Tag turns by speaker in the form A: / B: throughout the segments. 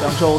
A: 享受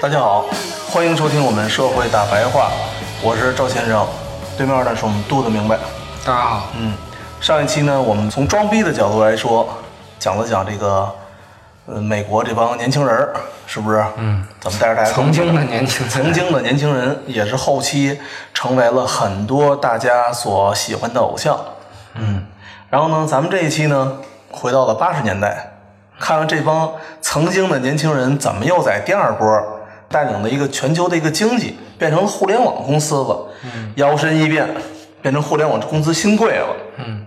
B: 大家好，欢迎收听我们社会大白话，我是赵先生，对面呢是我们杜的明白。
C: 大家好，
B: 嗯，上一期呢，我们从装逼的角度来说，讲了讲这个，呃，美国这帮年轻人儿是不是？嗯，怎么带着大家
C: 曾经的年轻人，
B: 曾经的年轻人，也是后期成为了很多大家所喜欢的偶像。嗯，然后呢，咱们这一期呢，回到了八十年代，看看这帮曾经的年轻人怎么又在第二波带领的一个全球的一个经济变成了互联网公司了，摇身一变变成互联网公司新贵了。
C: 嗯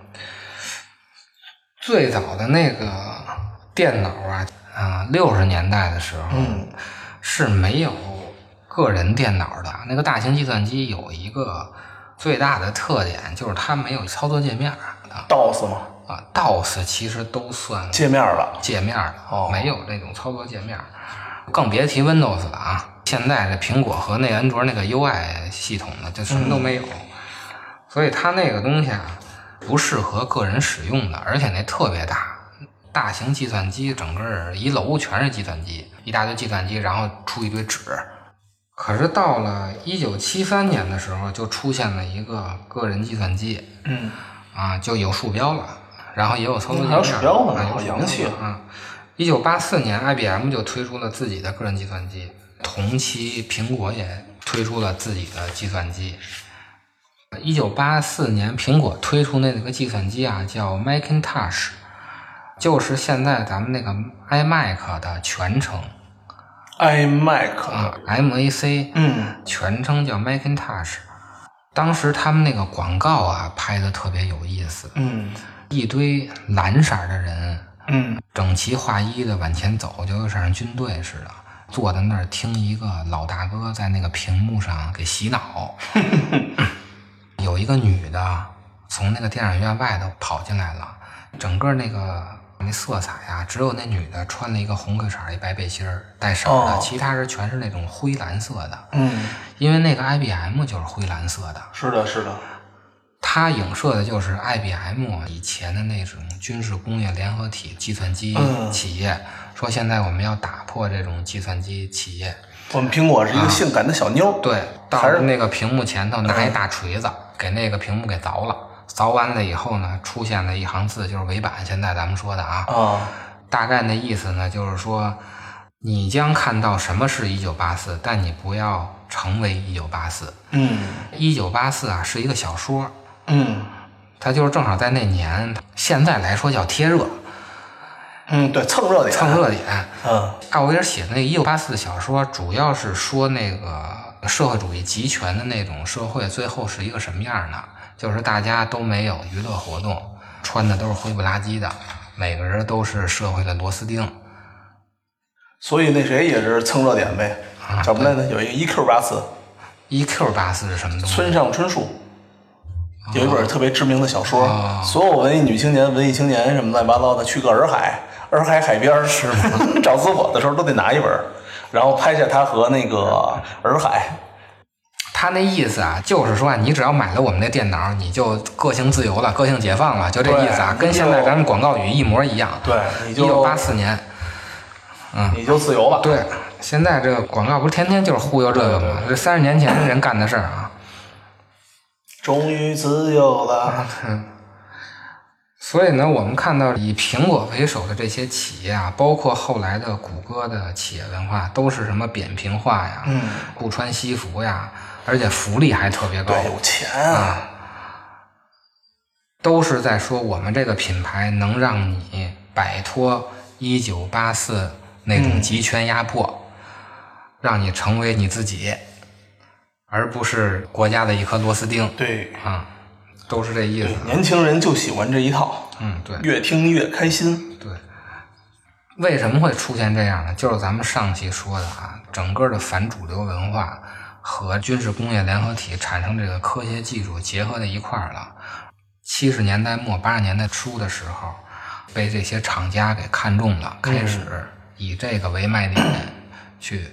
C: 最早的那个电脑啊，啊，六十年代的时候、
B: 嗯
C: 是没有个人电脑的。那个大型计算机有一个最大的特点，就是它没有操作界面儿啊
B: ，DOS 嘛，
C: 啊，DOS 其实都算
B: 界面了。
C: 界面的，
B: 哦
C: 没有这种操作界面儿，更别提 Windows 了啊！现在这苹果和那安卓那个 UI 系统呢，就什么都没有，所以它那个东西啊不适合个人使用的，而且那特别大，大型计算机整个儿一楼全是计算机，一大堆计算机，然后出一堆纸。可是到了一九七三年的时候，就出现了一个个人计算机，
B: 嗯，
C: 啊，就有鼠标了，然后也有操作
B: 嗯
C: 界
B: 还有
C: 面
B: 鼠标呢
C: 啊
B: 好
C: 有鼠
B: 洋
C: 标
B: 气
C: 了啊！一九八四年，IBM 就推出了自己的个人计算机，同期苹果也推出了自己的计算机。一九八四年，苹果推出那个计算机啊，叫 Macintosh，就是现在咱们那个 iMac 的全称
B: iMac，
C: 啊，MAC，
B: 嗯
C: 全称叫 Macintosh。当时他们那个广告啊，拍的特别有意思，
B: 嗯
C: 一堆蓝色儿的人
B: 嗯
C: 整齐划一的往前走，就像是军队似的，坐在那儿听一个老大哥在那个屏幕上给洗脑。 有一个女的从那个电影院外头跑进来了，整个那个那色彩啊，只有那女的穿了一个红灰色儿一白背心儿带色儿的，
B: 哦
C: 其他人全是那种灰蓝色的。
B: 嗯，
C: 因为那个 IBM 就是灰蓝色的，
B: 是的，是的，
C: 它影射的就是 IBM 以前的那种军事工业联合体计算机
B: 嗯
C: 企业。说现在我们要打破这种计算机企业，
B: 我们苹果是一个性感的小妞。，
C: 对，到
B: 还是
C: 了那个屏幕前头拿一大锤子给那个屏幕给凿了。凿完了以后呢，出现了一行字，就是“围板”。现在咱们说的啊，
B: 啊，
C: 大概那意思呢，就是说，你将看到什么是一九八四，但你不要成为一九八四。
B: 嗯
C: 一九八四啊是一个小说，
B: 嗯
C: 它就是正好在那年，现在来说叫贴热
B: 嗯，对，蹭热点，
C: 蹭热点。
B: 嗯
C: 艾维尔写的那《一九八四》小说，主要是说那个社会主义集权的那种社会最后是一个什么样的，就是大家都没有娱乐活动，穿的都是灰不拉几的，每个人都是社会的螺丝钉。
B: 所以那谁也是蹭热点呗。
C: 啊
B: 叫什么来着？有一个 EQ 八四，
C: EQ E 八四是什么东西？
B: 村上春树
C: 啊
B: 有一本特别知名的小说，
C: 哦
B: 所有文艺女青年、文艺青年什么乱七八糟的，去个洱海，洱海海边儿 找自我的时候都得拿一本儿，然后拍下他和那个洱海。
C: 他那意思啊，就是说啊，你只要买了我们那电脑，你就个性自由了，个性解放了，就这意思啊，
B: 对
C: 跟现在咱们广告语一模一样。
B: 对你就
C: 一九八四年，
B: 你就自由了。
C: 对，现在这个广告不是天天就是忽悠这个吗？这三十年前的人干的事儿啊。
B: 终于自由了。
C: 啊所以呢，我们看到以苹果为首的这些企业啊，包括后来的谷歌的企业文化，都是什么扁平化呀，
B: 嗯
C: 不穿西啊
B: 啊
C: 服呀，而且福利还特别高
B: 对，。有钱。
C: 啊。都是在说我们这个品牌能让你摆脱一九八四那种集权压迫，让你成为你自己，而不是国家的一颗螺丝钉
B: 对，
C: 啊，都是这意思。
B: 年轻人就喜欢这一套，
C: 嗯，对
B: 越听越开心。
C: 对。为什么会出现这样呢？就是咱们上期说的啊，整个的反主流文化和军事工业联合体产生这个科学技术结合在一块儿了。七十年代末八十年代初的时候，被这些厂家给看中了，开始以这个为卖点去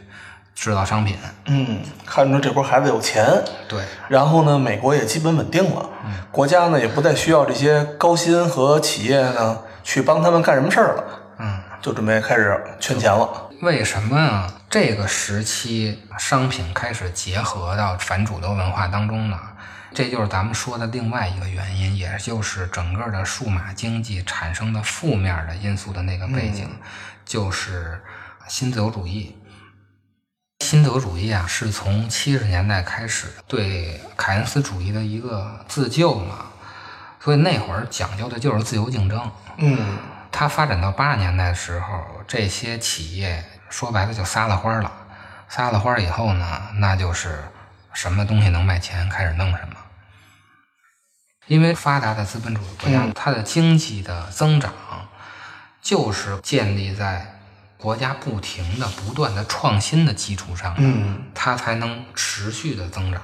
C: 制造商品。
B: 嗯，看出这波孩子有钱，
C: 对，
B: 然后呢，美国也基本稳定了，国家呢也不再需要这些高薪和企业呢去帮他们干什么事儿了，
C: 嗯，
B: 就准备开始圈钱了。
C: 为什么啊？这个时期商品开始结合到反主流文化当中呢？这就是咱们说的另外一个原因，也就是整个的数码经济产生的负面的因素的那个背景，就是新自由主义。新自由主义啊，是从七十年代开始对凯恩斯主义的一个自救嘛，所以那会儿讲究的就是自由竞争。
B: 嗯，
C: 它发展到八十年代的时候，这些企业说白了就撒了欢儿了。撒了欢儿以后呢，那就是什么东西能卖钱，开始弄什么。因为发达的资本主义国
B: 嗯
C: 家，它的经济的增长就是建立在国家不停的、不断的创新的基础上，
B: 嗯，
C: 它才能持续的增长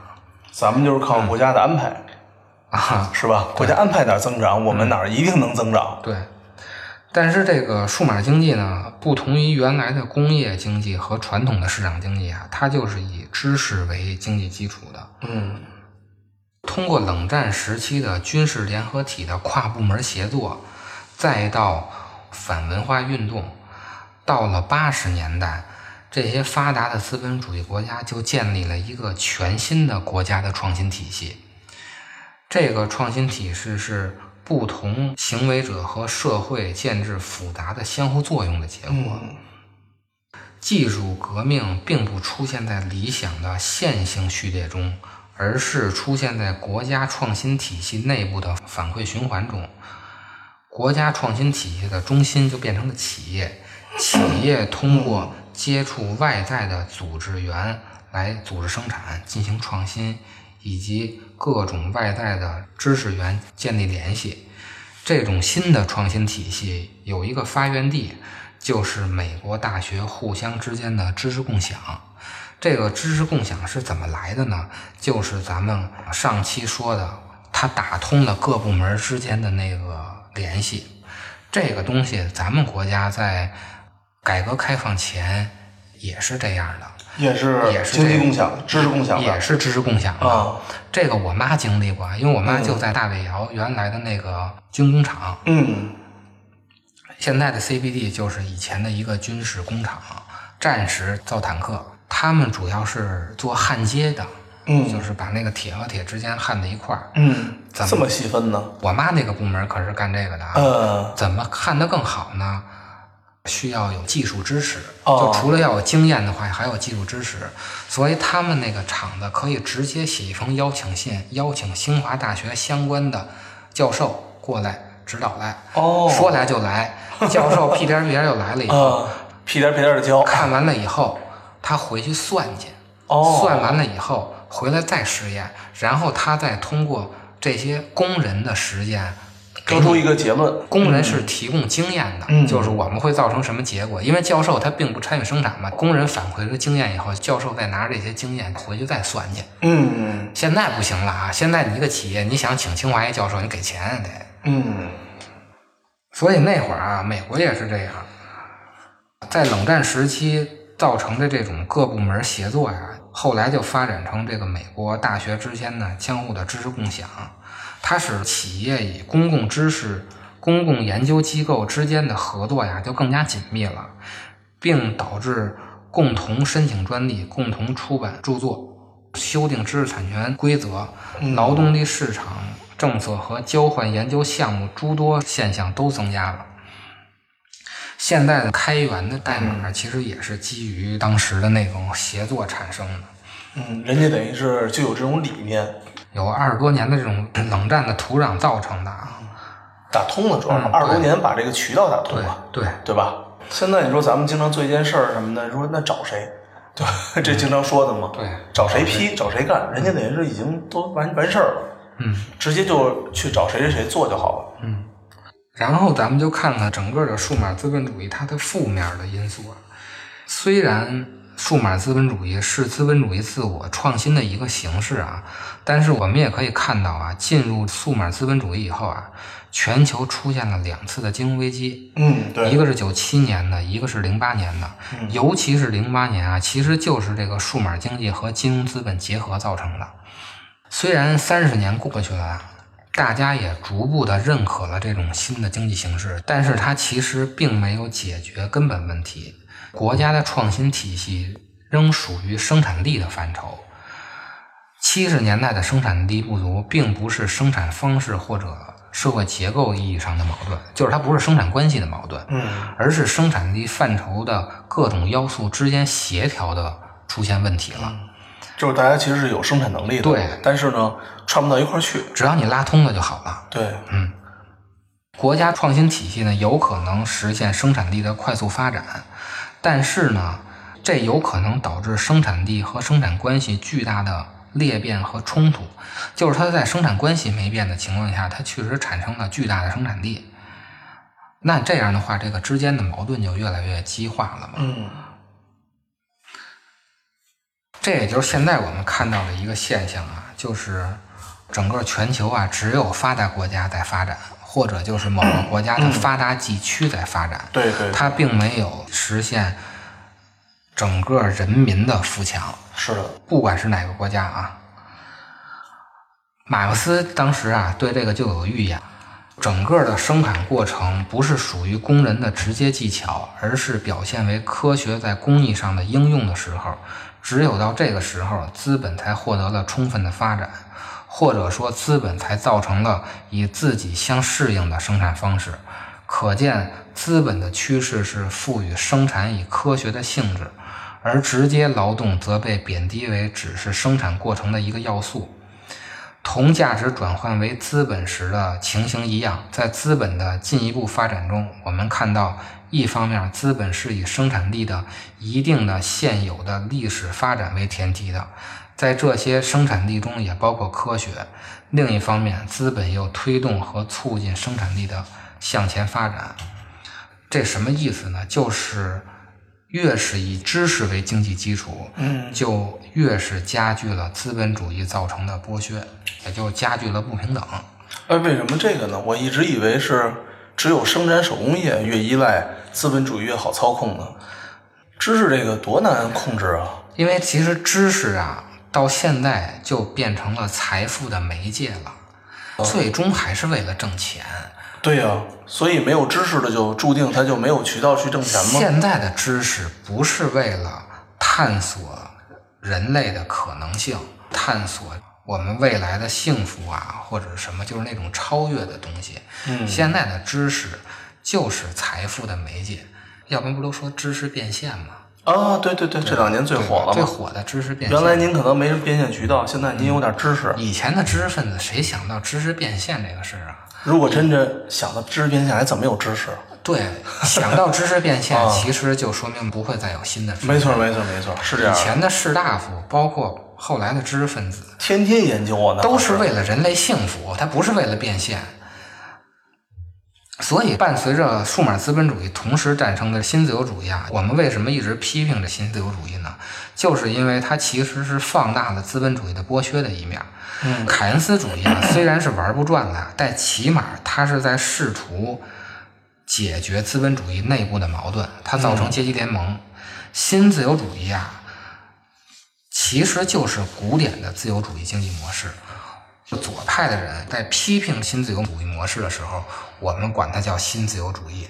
B: 咱们就是靠国家的安排，
C: 啊。
B: 是吧？国家安排哪儿增长，我们哪儿一定能增长。
C: 对，但是这个数码经济呢，不同于原来的工业经济和传统的市场经济啊，它就是以知识为经济基础的。
B: 嗯
C: 通过冷战时期的军事联合体的跨部门协作，再到反文化运动，到了八十年代，这些发达的资本主义国家就建立了一个全新的国家的创新体系。这个创新体系是不同行为者和社会建制复杂的相互作用的结果。
B: 嗯
C: 技术革命并不出现在理想的线性序列中，而是出现在国家创新体系内部的反馈循环中。国家创新体系的中心就变成了企业，企业通过接触外在的组织源来组织生产、进行创新，以及各种外在的知识源建立联系。这种新的创新体系有一个发源地，就是美国大学互相之间的知识共享。这个知识共享是怎么来的呢？就是咱们上期说的，它打通了各部门之间的那个联系。这个东西，咱们国家在改革开放前也是这样的，
B: 也是
C: 也是这
B: 经
C: 样
B: 济共享、知识共享
C: 也
B: 的
C: 是知识共享的。
B: 啊。
C: 这个我妈经历过，因为我妈就在大北窑原来的那个军工厂，
B: 嗯
C: 现在的 CBD 就是以前的一个军事工厂，战时造坦克，他们主要是做焊接的，
B: 嗯
C: 就是把那个铁和铁之间焊在一块儿。
B: 嗯，
C: 怎么
B: 这么细分呢？
C: 我妈那个部门可是干这个的啊，
B: 呃，
C: 怎么焊得更好呢？需要有技术支持，
B: 哦
C: 就除了要有经验的话，还有技术支持。所以他们那个厂子可以直接写一封邀请信，邀请清华大学相关的教授过来指导来。
B: 哦
C: 说来就来，教授屁颠儿屁颠儿就来了以后，
B: 啊，屁颠儿屁颠的教，
C: 看完了以后，他回去算去，
B: 哦
C: 算完了以后回来再实验，然后他再通过这些工人的实验，
B: 得出一个结论。
C: 工人是提供经验的，
B: 嗯
C: 就是我们会造成什么结果，因为教授他并不参与生产嘛，工人反馈了经验以后，教授再拿着这些经验回去再算去。
B: 嗯
C: 现在不行了啊，现在你一个企业，你想请清华一教授，你给钱得。
B: 嗯
C: 所以那会儿啊，美国也是这样，在冷战时期造成的这种各部门协作呀、后来就发展成这个美国大学之间呢相互的知识共享，它使企业与公共知识、公共研究机构之间的合作呀就更加紧密了，并导致共同申请专利、共同出版著作、修订知识产权规则、劳动力市场政策和交换研究项目诸多现象都增加了。现在的开源的代码其实也是基于当时的那种协作产生的。
B: 嗯，人家等于是就有这种理念。
C: 有二十多年的这种冷战的土壤造成的啊。
B: 打通了，主要是
C: 嗯
B: 二十多年把这个渠道打通
C: 对
B: 了，
C: 对，
B: 对吧？现在你说咱们经常做一件事儿什么的，你说那找谁？对吧，这经常说的嘛。
C: 对
B: 找谁批，找谁干，人家等于是已经都完完事儿了，
C: 嗯。
B: 直接就去找谁谁谁做就好了。
C: 然后咱们就看看整个的数码资本主义它的负面的因素啊。虽然数码资本主义是资本主义自我创新的一个形式啊，但是我们也可以看到啊，进入数码资本主义以后啊，全球出现了两次的金融危机。
B: 嗯，对，
C: 一个是九七年的，一个是零八年的，尤其是零八年啊，其实就是这个数码经济和金融资本结合造成的。虽然三十年过去了啊，大家也逐步的认可了这种新的经济形式，但是它其实并没有解决根本问题。国家的创新体系仍属于生产力的范畴。七十年代的生产力不足，并不是生产方式或者社会结构意义上的矛盾，就是它不是生产关系的矛盾，
B: 嗯
C: 而是生产力范畴的各种要素之间协调的出现问题了。
B: 就是大家其实是有生产能力的，
C: 对
B: 但是呢，串不到一块儿去。
C: 只要你拉通了就好了。
B: 对，
C: 国家创新体系呢，有可能实现生产力的快速发展，但是呢，这有可能导致生产力和生产关系巨大的裂变和冲突。就是它在生产关系没变的情况下，它确实产生了巨大的生产力。那这样的话，这个之间的矛盾就越来越激化了嘛。
B: 嗯
C: 这也就是现在我们看到的一个现象啊，就是整个全球啊，只有发达国家在发展，或者就是某个国家的发达地区在发展，
B: 对对，
C: 它并没有实现整个人民的富强。
B: 是的，
C: 不管是哪个国家啊，马克思当时啊对这个就有预言，整个的生产过程不是属于工人的直接技巧，而是表现为科学在工艺上的应用的时候，只有到这个时候，资本才获得了充分的发展，或者说资本才造成了以自己相适应的生产方式。可见，资本的趋势是赋予生产以科学的性质，而直接劳动则被贬低为只是生产过程的一个要素。同价值转换为资本时的情形一样，在资本的进一步发展中，我们看到，一方面，资本是以生产力的一定的现有的历史发展为前提的，在这些生产力中也包括科学；另一方面，资本又推动和促进生产力的向前发展。这什么意思呢？就是越是以知识为经济基础，
B: 嗯
C: 就越是加剧了资本主义造成的剥削，也就加剧了不平等。
B: 哎，为什么这个呢？我一直以为是只有生产手工业越依赖资本主义越好操控呢。知识这个多难控制啊！
C: 因为其实知识啊，到现在就变成了财富的媒介了，最终还是为了挣钱。
B: 对呀、所以没有知识的就注定他就没有渠道去挣钱吗？
C: 现在的知识不是为了探索人类的可能性，探索我们未来的幸福啊，或者什么，就是那种超越的东西。嗯，现在的知识就是财富的媒介，要不然不都说知识变现吗？
B: 啊，对对对，这两年最火了嘛。
C: 最火的知识变现。
B: 原来您可能没什么变现渠道，现在您有点知识。
C: 以前的知识分子谁想到知识变现这个事儿啊？
B: 如果真的想到知识变现，还怎么有知识？
C: 对，想到知识变 现
B: 啊，
C: 其实就说明不会再有新的知识。
B: 没错，没错，没错，是这样
C: 以
B: 的。
C: 前的士大夫，包括后来的知识分子，
B: 天天研究啊，那
C: 都
B: 是
C: 是为了人类幸福，它不是为了变现。所以，伴随着数码资本主义同时诞生的新自由主义啊，我们为什么一直批评这新自由主义呢？就是因为它其实是放大了资本主义的剥削的一面。嗯，凯恩斯主义啊，虽然是玩不转的，但起码它是在试图解决资本主义内部的矛盾，它造
B: 嗯
C: 成阶级联盟。新自由主义啊，其实就是古典的自由主义经济模式。左派的人在批评新自由主义模式的时候，我们管它叫新自由主义。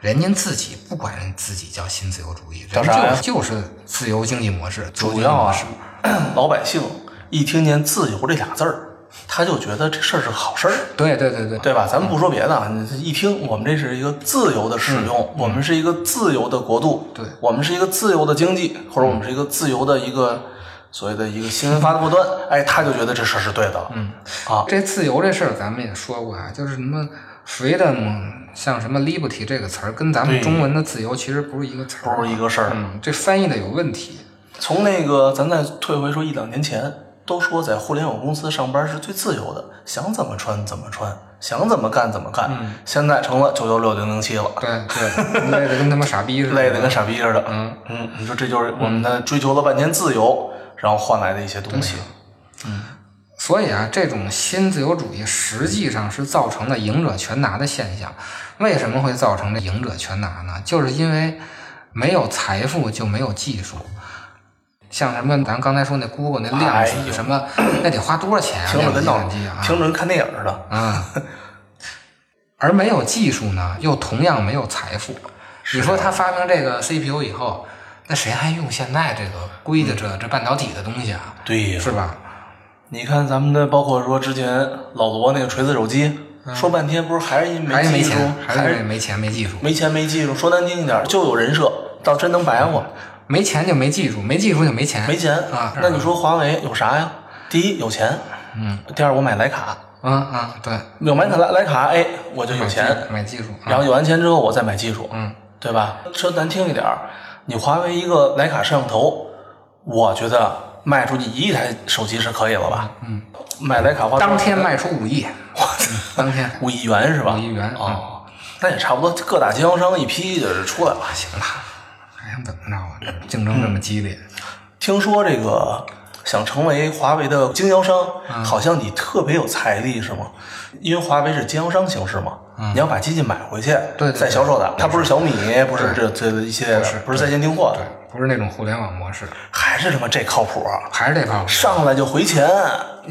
C: 人家自己不管人自己叫新自由主义，
B: 叫
C: 人
B: 啥呀
C: 就就是自由经济模式，自由经
B: 主
C: 济
B: 要
C: 模
B: 啊
C: 式。，
B: 老百姓一听见“自由”这俩字儿，他就觉得这事儿是个好事儿，
C: 对对对对
B: 对吧？咱们不说别的，啊，你一听我们这是一个自由的使用，我们是一个自由的国度，
C: 嗯对
B: 我们是一个自由的经济，或者我们是一个自由的一个所谓的一个新闻发布端，哎，他就觉得这事儿是对的了。嗯，啊，
C: 这自由这事儿咱们也说过啊，就是什么 freedom 像什么 liberty 这个词儿，跟咱们
B: 对
C: 中文的自由其实不是一个词儿，
B: 不是一个事儿。
C: 嗯，这翻译的有 问题。
B: 从那个咱再退回说一两年前，都说在互联网公司上班是最自由的，想怎么穿怎么穿，想怎么干怎么干。
C: 嗯
B: 现在成了九九六零零七了，
C: 对对，累得跟他妈傻逼似的，
B: 累得跟傻逼似的。
C: 嗯
B: 嗯，你说这就是我们的追求了半天自由，然后换来的一些东西。
C: 所以啊，这种新自由主义实际上是造成了赢者全拿的现象。为什么会造成这赢者全拿呢？就是因为没有财富就没有技术。像什么咱刚才说那 Google 那量
B: 哎
C: 子
B: 呦
C: 什么，那得花多少钱啊？
B: 听着跟闹
C: 量子计算，
B: 听
C: 机
B: 着跟看电影似的。
C: 啊啊！而没有技术呢，又同样没有财富。你
B: 啊
C: 说他发明这个 CPU 以后，那谁还用现在这个硅
B: 嗯
C: 的这这半导体的东西啊？
B: 对呀
C: 是吧？
B: 你看咱们的，包括说之前老罗那个锤子手机，说半天不是还是因为
C: 嗯还是没
B: 技术
C: 钱，，还
B: 还
C: 是
B: 是
C: 没钱没技术，
B: 没钱没技术。说难听一点，就有人设，倒真能白活。
C: 没钱就没技术，没技术就没钱，
B: 没钱
C: 嗯啊
B: 那你说华为有啥呀？第一有钱，嗯。第二我买徕卡，
C: 啊啊，对，
B: 有买卡徕徕卡，哎，我就有
C: 买
B: 钱
C: 技。买技术，啊
B: 然后有完钱之后，我再买技术，
C: 嗯，
B: 对吧？说难听一点儿，你华为一个徕卡摄像头，我觉得卖出去一亿台手机是可以了吧？嗯，买徕卡花
C: 当天卖出五亿，嗯当天
B: 五亿元是吧？
C: 五亿元嗯
B: 哦，那也差不多，各大经销商一批就是出来了。
C: 啊行了，还想怎么着啊？这竞争这
B: 嗯
C: 么激烈，
B: 听说这个想成为华为的经销商，
C: 嗯
B: 好像你特别有财力是吗？因为华为是经销商形式嘛，你要把机器买回去，
C: 嗯对对
B: 再销售的，它不是小米，不是这这一系列的，不是在线订货
C: 对，，不是那种互联网模式，
B: 还是他妈这靠谱啊！
C: 还是得靠谱。
B: 上来就回钱，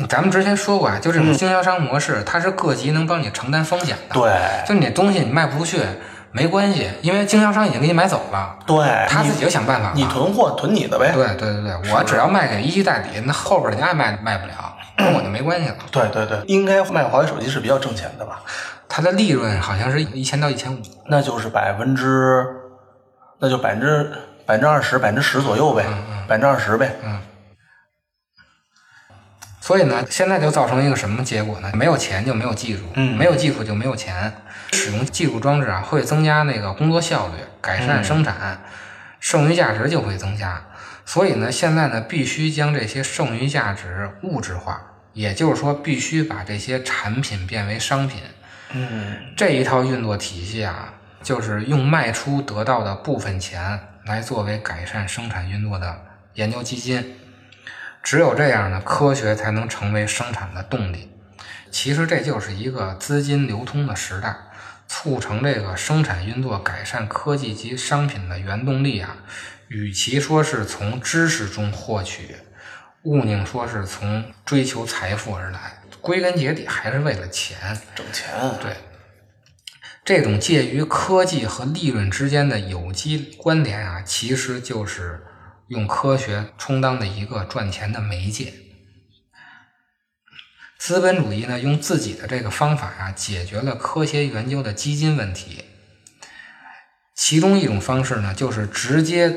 C: 咱们之前说过啊，就这种经销商模式，它是各级能帮你承担风险的，
B: 对
C: 就你东西你卖不出去没关系，因为经销商已经给你买走了，
B: 对，
C: 他
B: 哎你
C: 自己就想办法了。
B: 你囤货囤你的呗，
C: 对对对对，我只要卖给一级代理，那后边人家爱卖卖不了，跟我就没关系了。
B: 对对对，应该卖华为手机是比较挣钱的吧？
C: 它的利润好像是一千到一千五，
B: 那就是百分之，那就百分之百分之二十，百分之十左右呗，百分之二十呗。
C: 所以呢，现在就造成一个什么结果呢？没有钱就没有技术，
B: 嗯
C: 没有技术就没有钱。使用技术装置啊，会增加那个工作效率，改善生产，剩余价值就会增加。所以呢，现在呢，必须将这些剩余价值物质化，也就是说，必须把这些产品变为商品。
B: 嗯，
C: 这一套运作体系啊，就是用卖出得到的部分钱来作为改善生产运作的研究基金。只有这样呢，科学才能成为生产的动力。其实这就是一个资金流通的时代，促成这个生产运作、改善科技及商品的原动力啊，与其说是从知识中获取，毋宁说是从追求财富而来。归根结底还是为了钱。
B: 挣钱。
C: 对，这种介于科技和利润之间的有机关联啊，其实就是用科学充当的一个赚钱的媒介。资本主义呢，用自己的这个方法啊，解决了科学研究的基金问题。其中一种方式呢，就是直接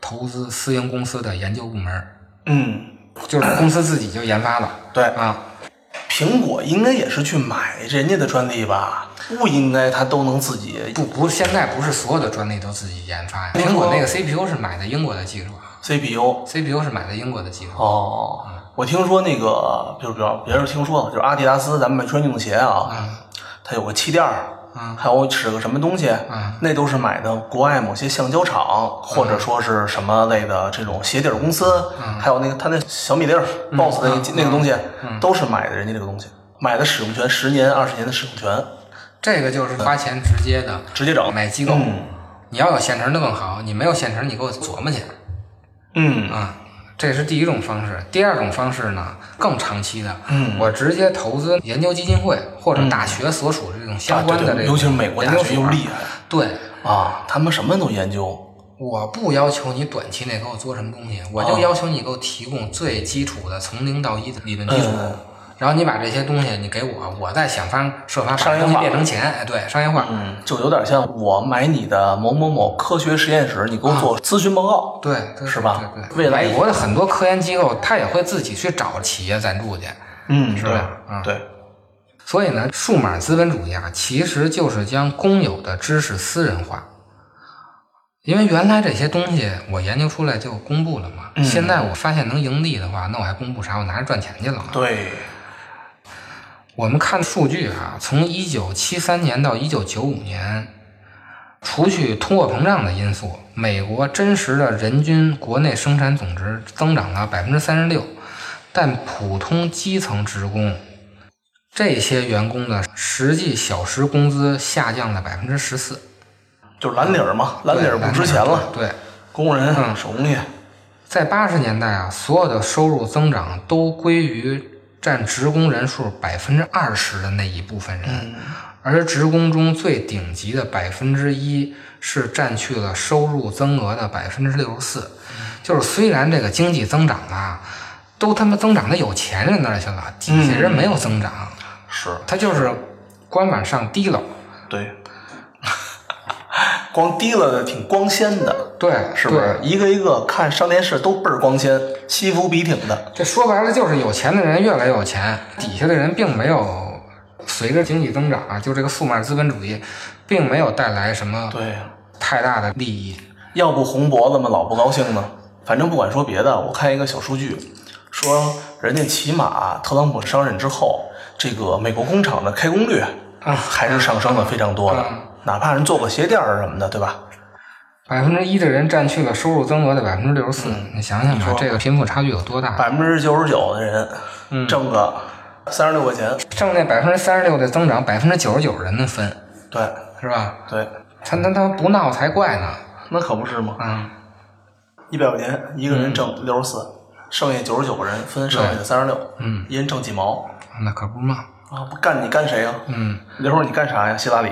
C: 投资私营公司的研究部门儿，
B: 嗯，
C: 就是公司自己就研发了
B: 对，
C: 啊。
B: 苹果应该也是去买人家的专利吧？不应该他都能自己
C: 不不，现在不是所有的专利都自己研发呀。苹果那个 CPU 是买的英国的技术啊
B: CPU
C: ，CPU 是买的英国的技术。
B: 哦。我听说那个，比如比如别人听说了，就是阿迪达斯咱们没穿运动鞋啊，
C: 啊
B: 它有个气垫儿，
C: 嗯
B: 还有使个什么东西，那都是买的国外某些橡胶
C: 嗯
B: 厂或者说是什么类的这种鞋底儿公司，
C: 嗯
B: 还有那个他那小米粒儿、BOSS 那个那个东西，都是买的人家这个东西，买的使用权十年二十年的使用权，
C: 这个就是花钱直接的
B: 嗯直接整。
C: 买机构。
B: 嗯
C: 你要有现成的更好，你没有现成，你给我琢磨去
B: 嗯
C: 啊。这是第一种方式。第二种方式呢，更长期的，
B: 嗯
C: 我直接投资研究基金会或者大学所属的这种相关的
B: 啊对对
C: 这嗯种研究所、
B: 尤其是美国大学又厉害
C: 对，
B: 啊，他们什么都研究。
C: 我不要求你短期内给我做什么东西，我就
B: 哦
C: 要求你给我提供最基础的从零到一的理论基础。
B: 嗯
C: 然后你把这些东西你给我，我再想方设法把
B: 商
C: 这
B: 业化
C: 东西变成钱，哎，对，商业化，
B: 嗯，就有点像我买你的某某某科学实验室，你给我做咨询报告。
C: 对，对
B: 是吧
C: 对对，
B: 未来
C: 美国的很多科研机构，他也会自己去找企业赞助去，
B: 嗯，
C: 是
B: 对
C: 吧？啊，
B: 对，
C: 所以呢，数码资本主义啊，其实就是将公有的知识私人化。因为原来这些东西我研究出来就公布了嘛，
B: 嗯
C: 现在我发现能盈利的话，那我还公布啥？我拿着赚钱去了嘛。
B: 对，
C: 我们看数据啊，从一九七三年到一九九五年，除去通货膨胀的因素，美国真实的人均国内生产总值增长了百分之三十六，但普通基层职工这些员工的实际小时工资下降了百分之十四，
B: 就是蓝领儿嘛，蓝领儿不值钱了，
C: 对，嗯
B: 工人、手工业，
C: 在八十年代啊，所有的收入增长都归于占职工人数百分之二十的那一部分人，
B: 嗯
C: 而职工中最顶级的百分之一是占去了收入增额的百分之六十四。
B: 嗯
C: 就是虽然这个经济增长啊，都他妈增长到有钱人那儿去了，底下人没
B: 嗯
C: 有增长，
B: 是
C: 他就是光往上提了。
B: 对，光提了的挺光鲜的，
C: 对，
B: 是不是？
C: 对？
B: 一个一个看上电视都倍儿光鲜，西服笔挺的，
C: 这说白了就是有钱的人越来越有钱，底下的人并没有随着经济增长啊，就这个数码资本主义，并没有带来什么
B: 对，
C: 太大的利益。
B: 要不红脖子们老不高兴呢。反正不管说别的，我看一个小数据，说人家起码特朗普上任之后，这个美国工厂的开工率
C: 啊
B: 还是上升的非常多的，哪怕人做个鞋店儿什么的，对吧？
C: 百分之一的人占去了收入增额的百分之六十四，你想想吧，这个贫富差距有多大？
B: 百分之九十九的人挣个三十六块钱，
C: 挣那百分之三十六的增长，百分之九十九人能分，
B: 对
C: 是吧？
B: 对，
C: 他他他不闹才怪呢！
B: 啊那可不是嗯吗？
C: 啊、
B: 一百块钱一个人挣六十四，剩下九十九个人分剩下的三十六，嗯，一人挣几毛
C: 那可不嘛。
B: 啊？不干你干谁呀、嗯，刘会儿你干啥呀？希拉里？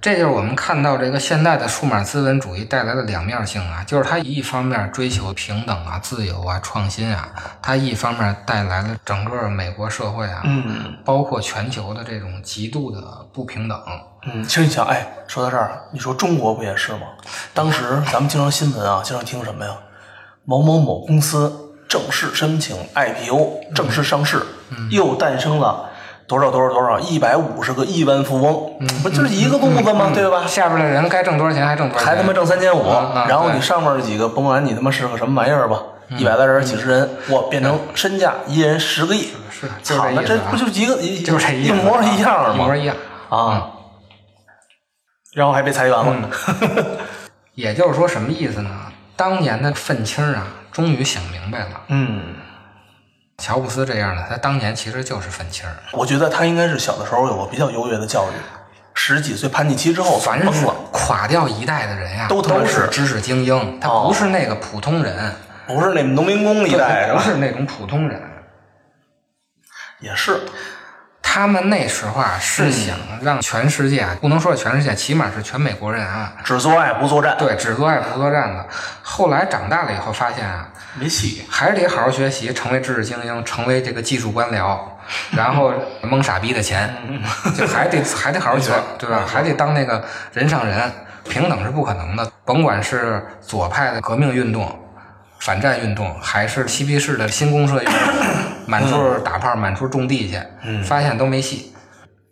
C: 这就是我们看到这个现代的数码资本主义带来的两面性啊，就是它一方面追求平等啊、自由啊、创新啊，它一方面带来了整个美国社会啊，
B: 嗯
C: 包括全球的这种极度的不平等。
B: 嗯，其实你想，哎，说到这儿，你说中国不也是吗？当时咱们经常新闻啊，经常听什么呀？某某某公司正式申请
C: 嗯
B: IPO，正式上市，又诞生了。多少多少多少，一百五十个亿万富翁，
C: 嗯
B: 不就是一个路子吗？对吧？
C: 下边的人该挣多少钱还挣多少钱，
B: 还他妈挣三千五
C: 嗯嗯，
B: 然后
C: 对嗯
B: 你上面几个，甭管你他妈是个什么玩意儿吧，一百来人、几十人，我变成身价一人十个亿，
C: 是就是
B: 操，
C: 这
B: 那
C: 意思
B: 这
C: 啊
B: 不，就是一个一
C: 就是这意
B: 一
C: 思啊，
B: 模一样儿
C: 一模
B: 吗？
C: 一样。嗯
B: 啊，然后还被裁员了，
C: 也就是说什么意思呢？当年的愤青啊，终于想明 白了，
B: 嗯，
C: 乔布斯这样的，他当年其实就是愤青儿。啊
B: 我觉得他应该是小的时候有过比较优越的教育，十几岁叛逆期之后，
C: 凡
B: 懵
C: 是
B: 了，
C: 垮掉一代的人呀、
B: 哦都
C: 都
B: 他妈是
C: 是知识精英，他
B: 哦
C: 不是那个普通人，
B: 不是那农民工一
C: 对
B: 代
C: 他
B: 是
C: 不
B: 吧？
C: 是那种普通人。
B: 也是，
C: 他们那时候啊，是
B: 嗯
C: 想让全世界，啊，不能说是全世界，起码是全美国人啊，
B: 只做爱不作战，
C: 对，只做爱不作战的。后来长大了以后，发现啊，
B: 没戏，
C: 还是得好好学习，成为知识精英，成为这个技术官僚，然后蒙傻逼的钱，就还得还得好好学，对吧？还得当那个人上人，平等是不可能的。甭管是左派的革命运动、反战运动，还是嬉皮士的新公社运动，满处打炮，满处种地去，发现都没戏。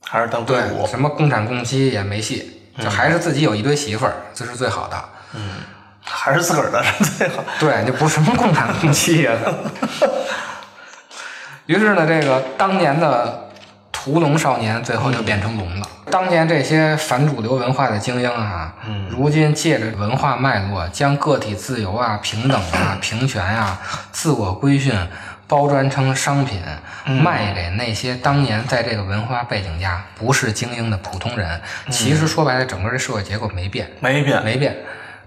B: 还是当队
C: 对，
B: 伍，
C: 什么共产共妻也没戏，就还是自己有一堆媳妇儿，这是最好的。
B: 还是自个儿的是最好。
C: 对，就不是什么共产共 妻呀。于是呢，这个当年的屠龙少年最后就变成龙了。当年这些反主流文化的精英啊，
B: 嗯
C: 如今借着文化脉络，将个体自由啊、平等 啊、平权啊、自我规训包装成商品，
B: 嗯
C: 卖给那些当年在这个文化背景下不是精英的普通人。其实说白了，整个这社会结构没变，
B: 嗯没变，
C: 没变。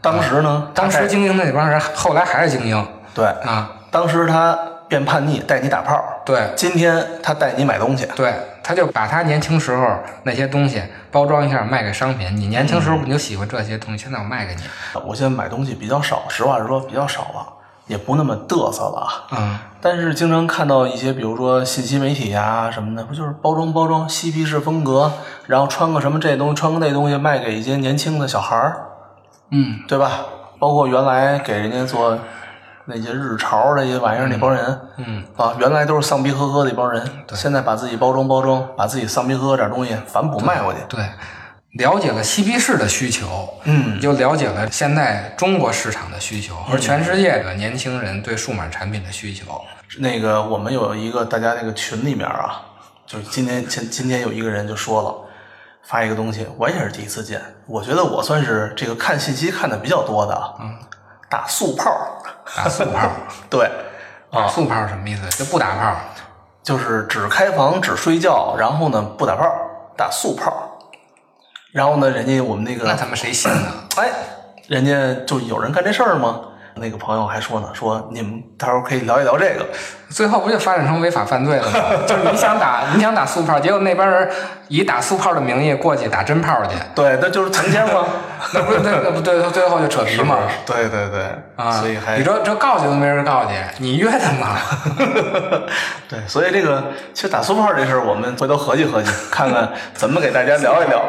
B: 当时呢，
C: 当时精英的那帮人，后来还是精英。
B: 对，
C: 啊，
B: 当时他变叛逆，带你打炮，
C: 对
B: 今天他带你买东西，
C: 对，他就把他年轻时候那些东西包装一下卖给商品。你年轻
B: 嗯
C: 时候你就喜欢这些东西，现在我卖给你。
B: 我现在买东西比较少，实话实说比较少了，也不那么嘚瑟了啊。
C: 嗯，
B: 但是经常看到一些，比如说信息媒体呀、什么的，不就是包装包装嬉皮士风格，然后穿个什么这东西，穿个那东西，卖给一些年轻的小孩儿，
C: 嗯，
B: 对吧？包括原来给人家做那些日潮那些玩意儿那帮人，
C: 嗯，
B: 啊，原来都是丧逼呵呵的一帮人，现在把自己包装包装，把自己丧逼呵呵点东西反哺卖过去，
C: 对，了解了嬉皮士的需求，
B: 嗯
C: 你就了解了现在中国市场的需求和全世界的年轻人对数码产品的需求。
B: 那个我们有一个大家那个群里面啊，就是今天前今天有一个人就说了，发一个东西，我也是第一次见，我觉得我算是这个看信息看的比较多的啊，
C: 嗯
B: 打速炮儿，
C: 打速 炮，
B: 对，哦
C: 打速炮什么意思？就不打炮，
B: 就是只开房只睡觉，然后呢不打炮儿，打速炮儿，然后呢人家我们那个
C: 那他们谁信呢？
B: 嗯哎，人家就有人干这事儿吗？那个朋友还说呢，说你们到时候可以聊一聊这个，
C: 最后不就发展成违法犯罪 了吗？就是你想打，你想打速炮，结果那边人以打速炮的名义过去打真炮去，
B: 对，那就是成奸吗？
C: 那不是那那不对，最后就扯皮嘛。
B: 对对对，
C: 啊，
B: 所以还
C: 你这这告去都没人告去，你约他 嘛？
B: 对，所以这个其实打速炮这事儿，我们回头合计合计，看看怎么给大家聊一聊。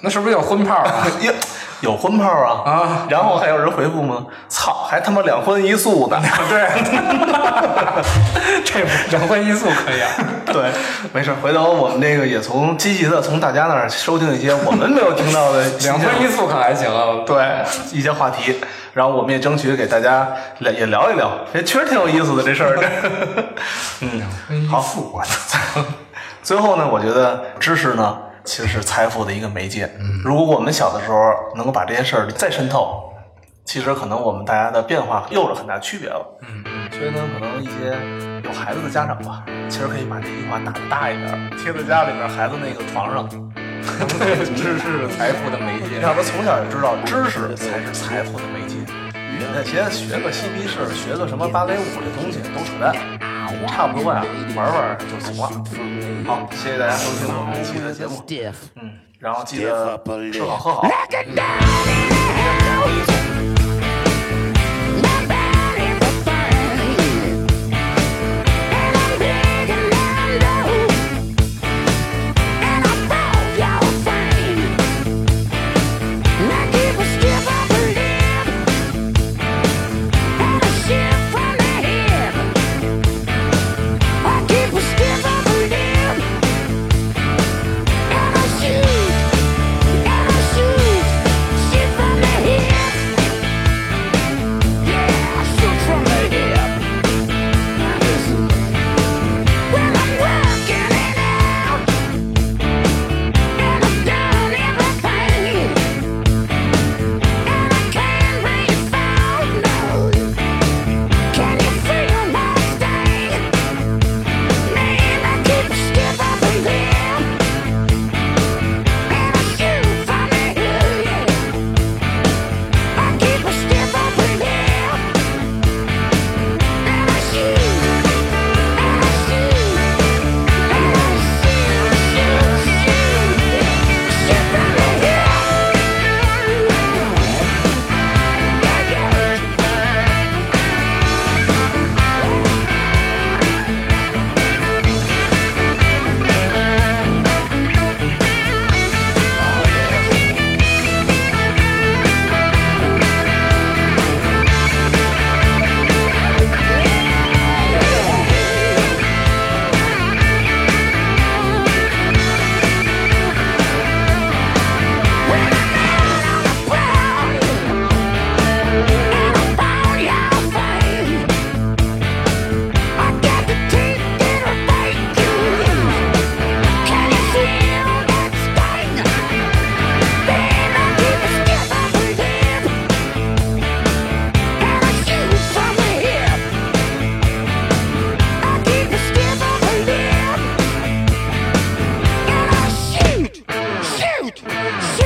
C: 那是不是有婚炮啊？
B: 哟，有婚炮啊
C: 啊！
B: 然后还有人回复吗？操，还他妈两荤一素呢！
C: 对， 这两荤一素 可以啊。
B: 对，没事儿，回头我们这个也从积极的从大家那儿收听一些我们没有听到的
C: 两荤一素可还行啊？
B: 对一些话题，然后我们也争取给大家聊也聊一聊，这确实挺有意思的这事儿。 这嗯，好，我操！ 最后呢，我觉得知识呢其实是财富的一个媒介。如果我们小的时候能够把这些事儿再渗透，其实可能我们大家的变化又是很大区别了。所以呢，可能一些有孩子的家长吧，其实可以把这句话打得大一点儿，贴在家里边儿孩子那个床上，
C: 知识是财富的媒介。
B: 让他从小就知道知识才是财富的媒介。那些学个嬉皮士、学个什么芭蕾舞这东西都扯淡，差不多呀、玩玩就行了。好，谢谢大家收听我们这期的节目，
D: stiff.
B: 嗯，然后记得吃好喝好。
E: Nobody will find. And I'm big and I'm low. And I broke your frame. Now keep a skip, I believe. And a ship from the hip. I keep a skip, I believe. And I shoot. And I shoot. Shit from the hip. Yeah, shoot from the hip. Well, I'm working it out, and I'm down everything, and I can't really fall no. Can you feel my sting? Man, I keep a skip up a hill, and I shoot from the hill. Yeah. I keep a step over here, and I shoot, and I shoot, and I shoot, shoot, shoot, shoot over here. Yeah, yeah. Shoot! Shoot!